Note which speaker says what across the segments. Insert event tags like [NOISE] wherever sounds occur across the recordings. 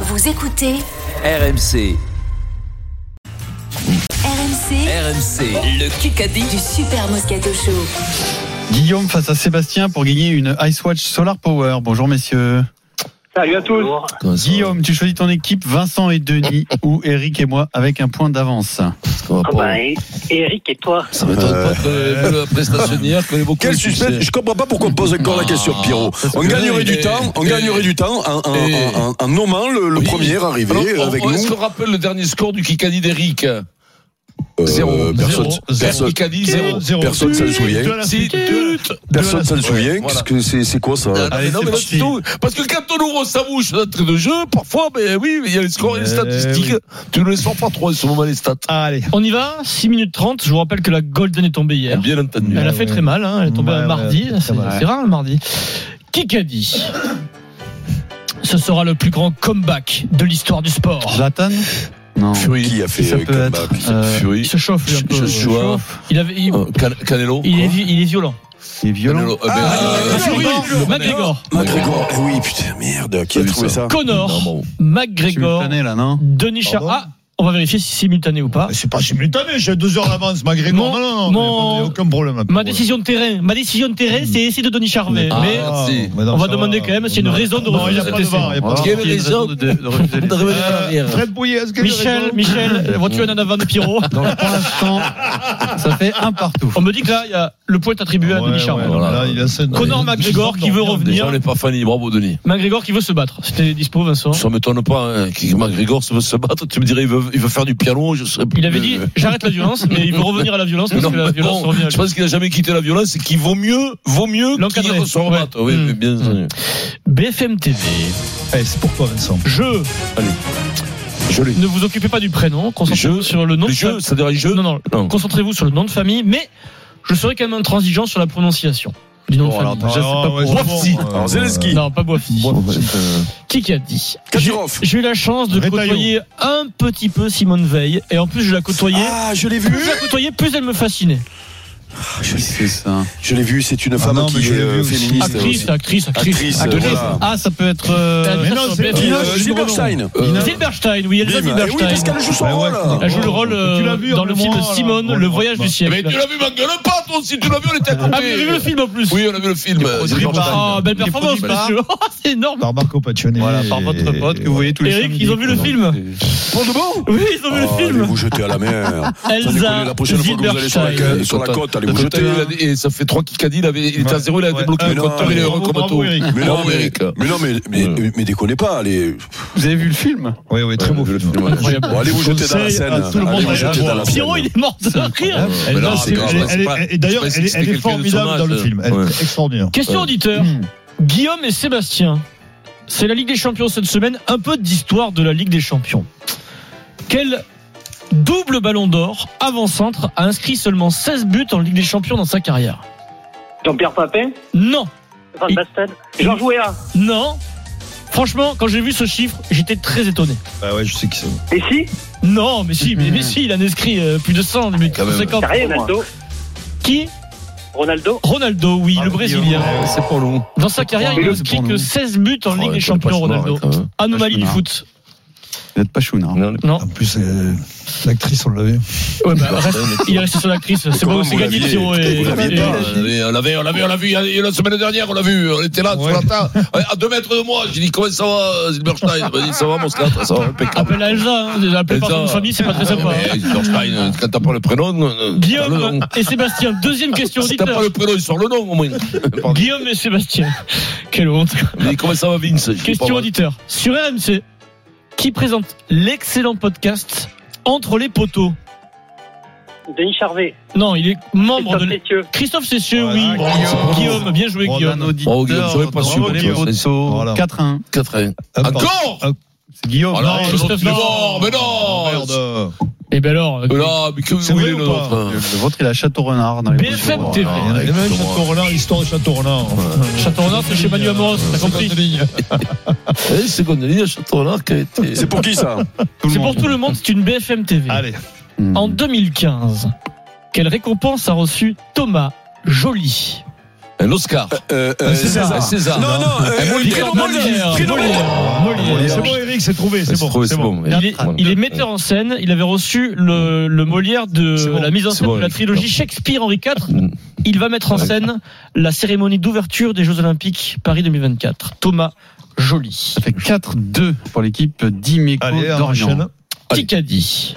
Speaker 1: Vous écoutez
Speaker 2: RMC,
Speaker 1: RMC,
Speaker 2: RMC, le Kikadi
Speaker 1: du Super Moscato Show.
Speaker 3: Guillaume face à Sébastien pour gagner une Icewatch Solar Power. Bonjour messieurs.
Speaker 4: Salut à tous.
Speaker 3: Guillaume, tu choisis ton équipe, Vincent et
Speaker 5: [LAUGHS]
Speaker 3: Denis ou Eric et moi avec un point d'avance.
Speaker 4: Oh bah, et- Eric et toi
Speaker 6: Ça m'étonne pas que la prestation d'hier connaît beaucoup.
Speaker 7: Quel
Speaker 6: de succès.
Speaker 7: suspect Je comprends pas pourquoi on pose encore la question, Pierrot. On
Speaker 6: Bah, que-
Speaker 7: gagnerait
Speaker 6: Et-
Speaker 7: du temps, on
Speaker 6: et-
Speaker 7: gagnerait du temps en, en-
Speaker 6: et-
Speaker 7: en- en- en nommant le, le
Speaker 6: Oui.
Speaker 7: premier arrivé
Speaker 6: Alors, on-
Speaker 7: avec
Speaker 6: on-
Speaker 7: nous.
Speaker 6: Est-ce qu'on rappelle le dernier score du Kikadi d'Eric
Speaker 7: Euh,
Speaker 6: Zéro.
Speaker 7: personne,
Speaker 6: Zéro.
Speaker 7: personne,
Speaker 6: Kikadi, zéro.
Speaker 7: personne s'en souvient.
Speaker 6: Si, deux-
Speaker 7: personne s'en souvient.
Speaker 6: Ouais,
Speaker 7: Qu'est-ce que c'est, c'est quoi ça
Speaker 6: Ah, non, mais
Speaker 3: Allez, c'est
Speaker 6: non, mais là,
Speaker 3: parti.
Speaker 6: c'est tout. Parce que quand on ouvre sa bouche d'entrée de jeu, parfois, ben oui, mais il y a les scores et les
Speaker 3: Euh,
Speaker 6: statistiques. Tu ne les sors pas trop en ce moment, les stats.
Speaker 3: Allez,
Speaker 8: On y va, 6 minutes 30. Je vous rappelle que la Golden est tombée
Speaker 7: Ah,
Speaker 8: hier.
Speaker 6: Eh Bien euh, entendu.
Speaker 8: Elle a fait
Speaker 3: ouais.
Speaker 8: très mal, hein. elle est tombée
Speaker 3: Ouais, ouais,
Speaker 8: un mardi.
Speaker 3: c'est
Speaker 8: c'est
Speaker 3: vrai.
Speaker 8: c'est rare le mardi. Qui qu'a dit Ce sera le plus grand comeback de l'histoire du sport.
Speaker 3: Zlatan Non.
Speaker 6: Fury.
Speaker 7: Qui a fait
Speaker 3: ça
Speaker 7: euh,
Speaker 3: peut
Speaker 7: comeback
Speaker 3: être,
Speaker 7: Qui-
Speaker 3: euh,
Speaker 8: Il
Speaker 6: Fury.
Speaker 8: se chauffe, lui, un peu.
Speaker 6: Je- je- Joao.
Speaker 8: Il, avait- il-
Speaker 6: Euh, Can- Canelo.
Speaker 8: il est, vi- il est violent.
Speaker 3: C'est violent.
Speaker 6: Canelo. Ah, ben, euh,
Speaker 8: Fury, McGregor.
Speaker 7: McGregor. Eh Oui, putain, merde. Qui
Speaker 6: T'as
Speaker 7: a
Speaker 6: vu
Speaker 7: trouvé
Speaker 6: ça
Speaker 7: ça
Speaker 6: Ah, Non,
Speaker 8: Connor,
Speaker 6: bon.
Speaker 8: McGregor,
Speaker 3: Simultané là, non
Speaker 8: Denis Charles. Ah, on va vérifier si c'est simultané ou pas.
Speaker 5: Mais C'est pas simultané, j'ai deux heures d'avance, malgré
Speaker 8: Mon-
Speaker 5: moi. Non, non,
Speaker 8: mon-
Speaker 5: mais aucun problème.
Speaker 8: Ma décision de terrain, ma décision de terrain, c'est essayer de Denis Charvet.
Speaker 6: Ah,
Speaker 8: mais
Speaker 6: merci.
Speaker 5: Bah
Speaker 8: on va demander quand même s'il y a une raison de
Speaker 5: Non, il n'y a
Speaker 8: refuser
Speaker 5: pas de
Speaker 8: cet essai.
Speaker 5: VAR, il y a pas de
Speaker 3: Voilà.
Speaker 6: Quelle
Speaker 8: Il y a une
Speaker 6: raison
Speaker 3: raison de- de- de refuser les-
Speaker 6: de revenir en arrière
Speaker 5: VAR. Euh, Fred Bouillet, est-ce que
Speaker 8: Michel,
Speaker 5: [LAUGHS]
Speaker 8: Michel, vois-tu un en avant de Pierrot
Speaker 3: Donc pour l'instant, ça fait un partout.
Speaker 8: On me dit que là, il y a le point est attribué à Denis Charvet.
Speaker 6: Voilà.
Speaker 5: Là, Ah, il a cette-
Speaker 8: Connor
Speaker 5: Ouais.
Speaker 8: McGregor qui veut
Speaker 6: Déjà, on
Speaker 8: revenir.
Speaker 6: n'est pas fini. Bravo, Denis.
Speaker 8: McGregor qui veut se battre. C'était dispo, Vincent.
Speaker 6: Ça m'étonne pas. Hein. Qui- McGregor se veut se battre. Tu me dirais, il veut, il veut faire du piano. Je serais euh,
Speaker 8: Il avait dit j'arrête la violence, mais il veut revenir à la violence parce
Speaker 6: Non,
Speaker 8: que la
Speaker 6: mais
Speaker 8: violence
Speaker 6: bon,
Speaker 8: revient à
Speaker 6: je
Speaker 8: lui.
Speaker 6: pense qu'il n'a jamais quitté la violence et qu'il vaut mieux, vaut mieux
Speaker 8: L'encadrer.
Speaker 6: qu'il se remette.
Speaker 8: Ouais.
Speaker 6: Oui,
Speaker 8: Mm.
Speaker 6: bien sûr.
Speaker 8: BFM TV.
Speaker 5: Eh, C'est pour toi, Vincent.
Speaker 8: Jeu.
Speaker 6: Joli.
Speaker 8: Ne vous occupez pas du prénom. Concentrez-vous
Speaker 6: Jeu.
Speaker 8: sur le nom.
Speaker 6: Le
Speaker 8: de
Speaker 6: jeu,
Speaker 8: fa-
Speaker 6: c'est-à-dire un jeu
Speaker 8: Non, non.
Speaker 6: Non.
Speaker 8: Concentrez-vous sur le nom de famille, mais je serai quand même intransigeant sur la prononciation du nom de
Speaker 3: Bon, alors,
Speaker 8: famille.
Speaker 5: Ah,
Speaker 3: déjà, c'est pas pour-
Speaker 6: Wapsi.
Speaker 7: Alors,
Speaker 5: euh,
Speaker 7: Zelensky.
Speaker 8: Non, pas Boifi.
Speaker 3: Bon,
Speaker 6: bah,
Speaker 3: en fait, euh,
Speaker 8: Qui qui a dit
Speaker 7: Kadyrov.
Speaker 8: J'ai eu la chance de
Speaker 5: Retailleau.
Speaker 8: côtoyer un petit peu Simone Veil. Et en plus, je la côtoyais.
Speaker 7: Ah, je l'ai vu.
Speaker 8: Plus je la côtoyais, plus elle me fascinait.
Speaker 3: c'est ça.
Speaker 7: Je l'ai vu. C'est une
Speaker 5: Ah
Speaker 7: femme
Speaker 5: non, mais
Speaker 7: qui
Speaker 5: je
Speaker 7: est
Speaker 5: l'ai vu
Speaker 7: euh,
Speaker 5: aussi.
Speaker 7: féministe.
Speaker 8: Actrice,
Speaker 7: aussi.
Speaker 8: actrice, actrice.
Speaker 7: Actrice.
Speaker 3: Actrice.
Speaker 7: voilà.
Speaker 3: Ah, ça peut être. euh,
Speaker 8: Elle
Speaker 5: Mais non,
Speaker 8: sur
Speaker 5: c'est-
Speaker 8: BFM.
Speaker 7: Qui, euh,
Speaker 5: Binoche,
Speaker 7: Silberstein.
Speaker 8: Euh, Silberstein, oui, Elsa
Speaker 7: Bim. Eh oui, parce
Speaker 8: Silberstein.
Speaker 7: qu'elle joue son
Speaker 5: Bah ouais,
Speaker 7: rôle. Ah,
Speaker 8: Elle joue le rôle euh,
Speaker 5: Tu l'as vu,
Speaker 7: hein,
Speaker 8: dans le film
Speaker 5: Arnaud, là
Speaker 8: Simone,
Speaker 5: Bon,
Speaker 8: le
Speaker 5: bon,
Speaker 8: voyage
Speaker 5: bon.
Speaker 8: du
Speaker 6: Mais
Speaker 8: siècle.
Speaker 6: tu l'as vu, m'engueule pas, toi aussi. Tu l'as vu, on était à côté.
Speaker 8: Ah, vous avez
Speaker 7: euh,
Speaker 8: vu le film en plus
Speaker 6: Oui, on a vu le film. euh,
Speaker 3: produit par-
Speaker 8: Ah, belle performance,
Speaker 3: produit par-
Speaker 8: monsieur. C'est énorme.
Speaker 5: Par Marco Paccioni.
Speaker 3: Voilà, par votre pote que vous voyez tous les
Speaker 8: Eric,
Speaker 3: samedis.
Speaker 8: ils ont vu le film.
Speaker 7: Pour de bon
Speaker 8: Oui, ils ont vu le
Speaker 7: Ah, Allez
Speaker 8: film.
Speaker 7: vous jeter à la mer. Sans déconner,
Speaker 8: Elsa
Speaker 7: la prochaine fois que vous allez sur la,
Speaker 8: Silberstein.
Speaker 7: ca- sur la côte, allez vous
Speaker 6: Jeter,
Speaker 7: jeter.
Speaker 6: il a dit- et ça fait 3 Kikadi, il, avait- il était à
Speaker 5: Ouais.
Speaker 6: zéro, il a
Speaker 5: Ouais.
Speaker 6: débloqué
Speaker 5: Ah,
Speaker 6: le
Speaker 7: non,
Speaker 6: compteur, il est
Speaker 5: bravo,
Speaker 6: heureux comme un
Speaker 5: bravo,
Speaker 6: taureau.
Speaker 5: Eric.
Speaker 7: Mais non,
Speaker 6: Bravo,
Speaker 7: mais,
Speaker 6: Eric.
Speaker 7: mais non, mais, mais, mais déconnez pas, allez.
Speaker 3: Vous avez vu le film
Speaker 5: Oui, oui, très beau.
Speaker 6: Je le
Speaker 5: film.
Speaker 6: film, ouais.
Speaker 8: Incroyable.
Speaker 7: Bon, allez vous jeter dans la
Speaker 5: Conseil
Speaker 7: scène.
Speaker 5: à tout le
Speaker 7: Allez
Speaker 5: monde
Speaker 7: vous
Speaker 5: d'aller
Speaker 7: jeter dans la scène.
Speaker 8: Pierrot, il est mort de rire.
Speaker 6: Mais
Speaker 5: Hein Elle-
Speaker 6: non,
Speaker 5: non,
Speaker 6: c'est
Speaker 5: c'est-
Speaker 6: grave,
Speaker 5: elle-
Speaker 6: c'est
Speaker 5: elle-
Speaker 6: pas-
Speaker 5: elle- et D'ailleurs,
Speaker 6: je sais pas
Speaker 5: elle
Speaker 6: si
Speaker 5: elle
Speaker 6: c'était
Speaker 5: est
Speaker 6: quelqu'un de euh, son
Speaker 5: formidable
Speaker 6: âge.
Speaker 5: dans le film. Elle
Speaker 6: Ouais. Hmm.
Speaker 5: est extraordinaire.
Speaker 8: Question auditeur. Guillaume et Sébastien, c'est la Ligue des Champions cette semaine, un peu d'histoire de la Ligue des Champions. Quel double ballon d'or avant-centre a inscrit seulement 16 buts en Ligue des Champions dans sa carrière
Speaker 4: Jean-Pierre Papin
Speaker 8: Non,
Speaker 4: Van Basten Jean Jouéa
Speaker 8: non. Franchement, quand j'ai vu ce chiffre, j'étais très étonné.
Speaker 5: Bah ouais, je sais qui c'est.
Speaker 4: Et si
Speaker 8: Non, mais si, mais, mais si, il en a inscrit euh, plus de 100 buts.
Speaker 6: Hmm. Ah, Quand même.
Speaker 8: 50.
Speaker 4: T'as rien, Ronaldo
Speaker 8: Qui
Speaker 4: Ronaldo
Speaker 8: Ronaldo,
Speaker 6: Ah,
Speaker 8: oui, le Brésilien.
Speaker 6: hein, C'est pour nous.
Speaker 8: Dans sa carrière, il
Speaker 3: Mais
Speaker 8: n'a
Speaker 3: le-
Speaker 8: inscrit
Speaker 3: pour
Speaker 8: que
Speaker 3: nous.
Speaker 8: 16 buts
Speaker 6: Oh,
Speaker 8: en Ligue des Champions, Ronaldo.
Speaker 6: hein.
Speaker 8: Anomalie du foot.
Speaker 3: Vous n'êtes pas chounard.
Speaker 8: Non.
Speaker 5: En plus, euh, l'actrice, on l'a vu.
Speaker 8: Ouais, bah, reste- il est resté sur l'actrice. C'est
Speaker 7: comment
Speaker 8: bon, c'est
Speaker 7: vous
Speaker 8: gagné,
Speaker 7: l'aviez
Speaker 8: Pierrot. Et,
Speaker 7: Vous l'aviez
Speaker 8: et-
Speaker 5: Ah,
Speaker 7: pas,
Speaker 8: et-
Speaker 6: On l'avait, on l'avait, on l'avait, on l'a vu. Et La semaine dernière, on l'a vu. On était là, sur la table, à deux mètres de moi. J'ai dit, comment ça va, Silberstein Il m'a dit, ça va, mon scat Ça
Speaker 5: Ah,
Speaker 6: va, impeccable.
Speaker 8: appelle Elsa, hein, la plupart
Speaker 6: Elsa.
Speaker 8: d'une famille, c'est pas très sympa. hein.
Speaker 6: Mais Silberstein, quand t'as pas le prénom. euh, t'as le nom.
Speaker 8: Guillaume et Sébastien, deuxième question
Speaker 6: Si t'as
Speaker 8: auditeur.
Speaker 6: Ah, pas le prénom, il sort le nom, au moins. Pardon.
Speaker 8: Guillaume et Sébastien. [LAUGHS] Quelle honte.
Speaker 6: Il dit, comment ça va, Vince Je dis, pas
Speaker 8: Question
Speaker 6: mal.
Speaker 8: auditeur. Sur RMC, qui présente l'excellent podcast Entre les poteaux
Speaker 4: Denis Charvet
Speaker 8: Non, il est membre
Speaker 4: Christophe
Speaker 8: de.
Speaker 4: Messieux
Speaker 8: Christophe Cessieux, oui.
Speaker 5: Voilà,
Speaker 8: Guillaume.
Speaker 5: Guillaume.
Speaker 8: bien joué,
Speaker 3: On a un
Speaker 8: Guillaume.
Speaker 3: auditeur.
Speaker 6: Oh, Guillaume, j'aurais pas su,
Speaker 3: dans Ah, les
Speaker 6: Guillaume.
Speaker 3: poteaux.
Speaker 5: Voilà.
Speaker 3: 4-1.
Speaker 6: 4-1.
Speaker 5: Hop,
Speaker 6: Encore
Speaker 3: C'est Guillaume.
Speaker 6: Oh là,
Speaker 8: Non,
Speaker 6: il est
Speaker 8: Christophe,
Speaker 6: mort, mais non
Speaker 5: Oh, Merde.
Speaker 8: Et ben alors,
Speaker 6: Mais non, mais que vous
Speaker 5: C'est
Speaker 6: voulez
Speaker 5: vrai
Speaker 6: le
Speaker 5: ou pas
Speaker 6: nôtre hein?
Speaker 3: Le vôtre, il a Château Renard dans les
Speaker 8: BFM
Speaker 3: poteaux.
Speaker 8: TV.
Speaker 5: Il y en a
Speaker 6: Ouais,
Speaker 5: même
Speaker 6: comment-
Speaker 5: Château-Renard, l'histoire de Château-Renard.
Speaker 8: Château-Renard, c'est chez Manu Amoros, t'as compris
Speaker 6: Eh, C'est Gondelier, Château-là, qui a été.
Speaker 7: C'est pour qui ça
Speaker 3: Tout le
Speaker 8: C'est pour
Speaker 3: monde.
Speaker 8: tout le monde, c'est une BFM TV.
Speaker 5: Allez.
Speaker 3: Hmm.
Speaker 8: En 2015, quelle récompense a reçu Thomas Joly
Speaker 6: Un Oscar.
Speaker 7: Euh, euh,
Speaker 6: Un
Speaker 5: César.
Speaker 6: Un César.
Speaker 7: Non, non, euh,
Speaker 6: Un Molière.
Speaker 7: prénom Molière. Prénom
Speaker 8: Molière. Molière.
Speaker 5: C'est bon, Eric, c'est trouvé.
Speaker 6: Ouais,
Speaker 5: C'est bon.
Speaker 6: trouvé,
Speaker 5: C'est bon.
Speaker 8: Il est, il est metteur en scène. Il avait reçu le, le Molière de
Speaker 5: C'est bon,
Speaker 8: la mise en
Speaker 6: c'est
Speaker 8: scène
Speaker 6: bon,
Speaker 8: de la
Speaker 6: Eric.
Speaker 8: trilogie Shakespeare Henri IV.
Speaker 6: Mm.
Speaker 8: Il va mettre en scène la cérémonie d'ouverture des Jeux Olympiques Paris 2024. Thomas Joly.
Speaker 3: Ça fait 4-2 pour l'équipe d'Imeco
Speaker 5: Allez,
Speaker 7: hein,
Speaker 5: on enchaîne.
Speaker 3: d'Orient.
Speaker 8: Ticadie.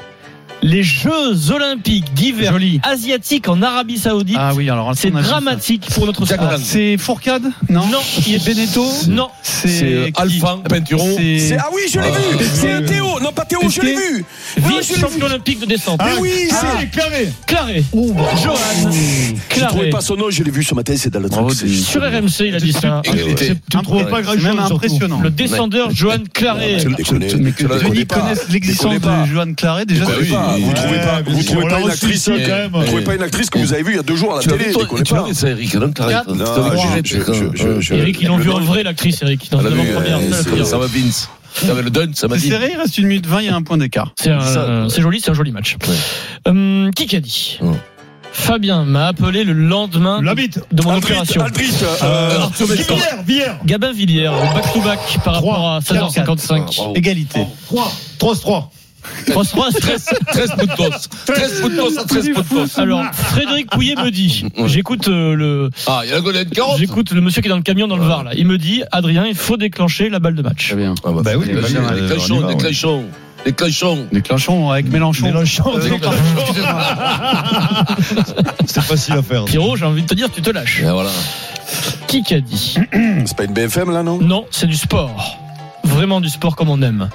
Speaker 8: Les Jeux Olympiques d'hiver
Speaker 3: Joli.
Speaker 8: asiatiques en Arabie Saoudite.
Speaker 3: Ah oui, alors
Speaker 8: C'est dramatique pour notre
Speaker 6: Jack
Speaker 8: sport.
Speaker 6: Lang.
Speaker 3: Ah, C'est Fourcade Non.
Speaker 8: Non, il est
Speaker 3: Benetto
Speaker 8: Non.
Speaker 6: C'est euh,
Speaker 3: qui bah,
Speaker 6: Alphan Peinturon.
Speaker 3: C'est
Speaker 7: C'est- Ah oui, je l'ai vu. C'est un Théo. Non, pas Théo, je l'ai vu. Oui, je l'ai vu.
Speaker 8: Vice-champion olympique de décembre. Ah.
Speaker 7: Mais Ah oui, c'est.
Speaker 5: Carré.
Speaker 8: Claré. Johan.
Speaker 7: Je trouvais
Speaker 8: Claré.
Speaker 7: bah. pas son nom, je l'ai vu ce matin, c'est dans le truc. c'est-
Speaker 8: Sur RMC, il a dit ça.
Speaker 6: Égalité.
Speaker 8: C'est-
Speaker 3: tu trouves pas grand-chose, même
Speaker 5: surtout.
Speaker 3: impressionnant.
Speaker 8: Le descendeur Johan Claré.
Speaker 7: Tu le déconnes.
Speaker 3: Mais que
Speaker 7: Tu le
Speaker 3: Denis
Speaker 7: connais pas.
Speaker 3: connaisse
Speaker 7: Tu
Speaker 3: l'existence
Speaker 7: le connais
Speaker 3: de
Speaker 7: pas.
Speaker 3: Johan Claret, déjà,
Speaker 7: Vous
Speaker 6: Bah
Speaker 3: c'est-
Speaker 7: trouvez
Speaker 6: oui,
Speaker 7: pas,
Speaker 6: oui,
Speaker 7: vous
Speaker 6: oui.
Speaker 7: trouvez pas, vous trouvez pas une actrice,
Speaker 5: quand
Speaker 6: euh,
Speaker 5: même.
Speaker 7: vous trouvez pas une actrice que vous avez vue il y a deux jours à la
Speaker 6: Tu l'avais,
Speaker 7: télé,
Speaker 6: toi,
Speaker 7: déconnez
Speaker 6: tu
Speaker 7: pas.
Speaker 6: l'avais, ça, Eric, dans le carré.
Speaker 8: Quatre.
Speaker 6: T'avais
Speaker 7: Non,
Speaker 6: juré,
Speaker 7: je-
Speaker 6: putain.
Speaker 7: je- je- je-
Speaker 8: Eric, ils l'ont
Speaker 7: Le
Speaker 8: vu en
Speaker 7: mec-
Speaker 8: vrai, l'actrice, Eric, dans
Speaker 6: Elle avait,
Speaker 8: l'avant-première.
Speaker 6: euh,
Speaker 8: ça, la
Speaker 6: c'est-
Speaker 8: première.
Speaker 6: Ça va, Vince. T'avais le dun, ça m'a
Speaker 3: C'est
Speaker 6: dit.
Speaker 3: serré, il reste une minute 20, il y a un point d'écart.
Speaker 8: C'est un-
Speaker 6: Ça-
Speaker 8: c'est joli, c'est un joli match. Hum, qui qu'a dit
Speaker 6: Ouais.
Speaker 8: Fabien m'a appelé le lendemain
Speaker 5: La bite.
Speaker 8: de mon
Speaker 7: Aldrit,
Speaker 8: opération.
Speaker 7: Aldrit, euh,
Speaker 6: Arthur Meston.
Speaker 5: Villers, Villers.
Speaker 8: Gabin Villiers, back-to-back par rapport à 16h55.
Speaker 6: Bravo.
Speaker 3: Égalité.
Speaker 5: 3. 3-3.
Speaker 8: 3
Speaker 6: 13 puntos. 13 puntos à 13 puntos.
Speaker 8: Alors, Frédéric Pouillet me dit,
Speaker 6: Ouais.
Speaker 8: j'écoute euh, le,
Speaker 6: Ah, il y a la gueule de 40.
Speaker 8: j'écoute le monsieur qui est dans le camion dans le Var là. Il me dit, Adrien, il faut déclencher la balle de match.
Speaker 3: Très bien.
Speaker 6: Ah
Speaker 5: Bah oui,
Speaker 6: Des
Speaker 5: bah,
Speaker 6: clachons,
Speaker 5: euh,
Speaker 6: des
Speaker 5: on y
Speaker 6: clachons,
Speaker 5: va,
Speaker 6: des
Speaker 5: ouais.
Speaker 6: clachons, des clachons.
Speaker 3: Déclenchons avec Mélenchon.
Speaker 5: Mélenchon.
Speaker 8: Euh,
Speaker 6: Des clachons.
Speaker 5: [LAUGHS] C'est facile à faire.
Speaker 8: Pierrot, j'ai envie de te dire, tu te lâches.
Speaker 6: Et voilà.
Speaker 8: Qui qu'a dit
Speaker 7: C'est pas une BFM là, non
Speaker 8: Non, c'est du sport. Vraiment du sport comme on aime.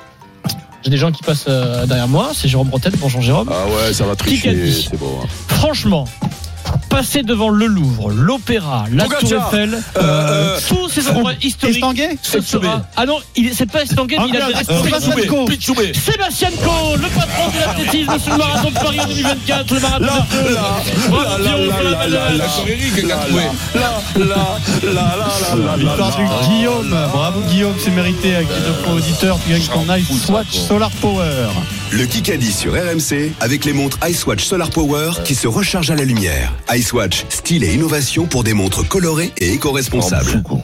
Speaker 8: J'ai des gens qui passent euh, derrière moi, c'est Jérôme Bretel, bonjour Jérôme.
Speaker 7: Ah ouais, ça va tricher,
Speaker 8: Kikadi.
Speaker 7: c'est bon. hein.
Speaker 8: Franchement, passer devant le Louvre, l'Opéra, la
Speaker 7: Pogacar,
Speaker 8: Tour Eiffel,
Speaker 7: euh,
Speaker 8: tous ces endroits historiques.
Speaker 3: Estanguet
Speaker 8: ce
Speaker 6: Estoubet.
Speaker 8: sera- Ah non, il est- c'est pas Estanguet, mais il a
Speaker 5: Anglade,
Speaker 8: des
Speaker 5: euh,
Speaker 8: responsabilités.
Speaker 3: Passenko.
Speaker 6: Pichoubé.
Speaker 8: Sébastien Coe, le patron de l'athlétisme sur le marathon de Paris en 2024, le marathon
Speaker 7: Là,
Speaker 8: de Dieu.
Speaker 7: là, là,
Speaker 8: Bravo,
Speaker 7: là,
Speaker 8: Pierrot, pour
Speaker 7: là, là,
Speaker 8: la
Speaker 7: là,
Speaker 8: balle.
Speaker 7: là.
Speaker 6: D'accord, Eric, qui a
Speaker 7: Là,
Speaker 6: trouvé.
Speaker 7: là, là, là, là, là, là, là,
Speaker 3: Victoire
Speaker 7: là.
Speaker 3: du Guillaume. Bravo Guillaume, c'est mérité. Acquis de pro auditeur, tu gagnes ton iSwatch Solar Power.
Speaker 9: Le Kikadi sur RMC avec les montres Icewatch Solar Power qui se rechargent à la lumière. Icewatch, style et innovation pour des montres colorées et éco-responsables.
Speaker 6: Oh,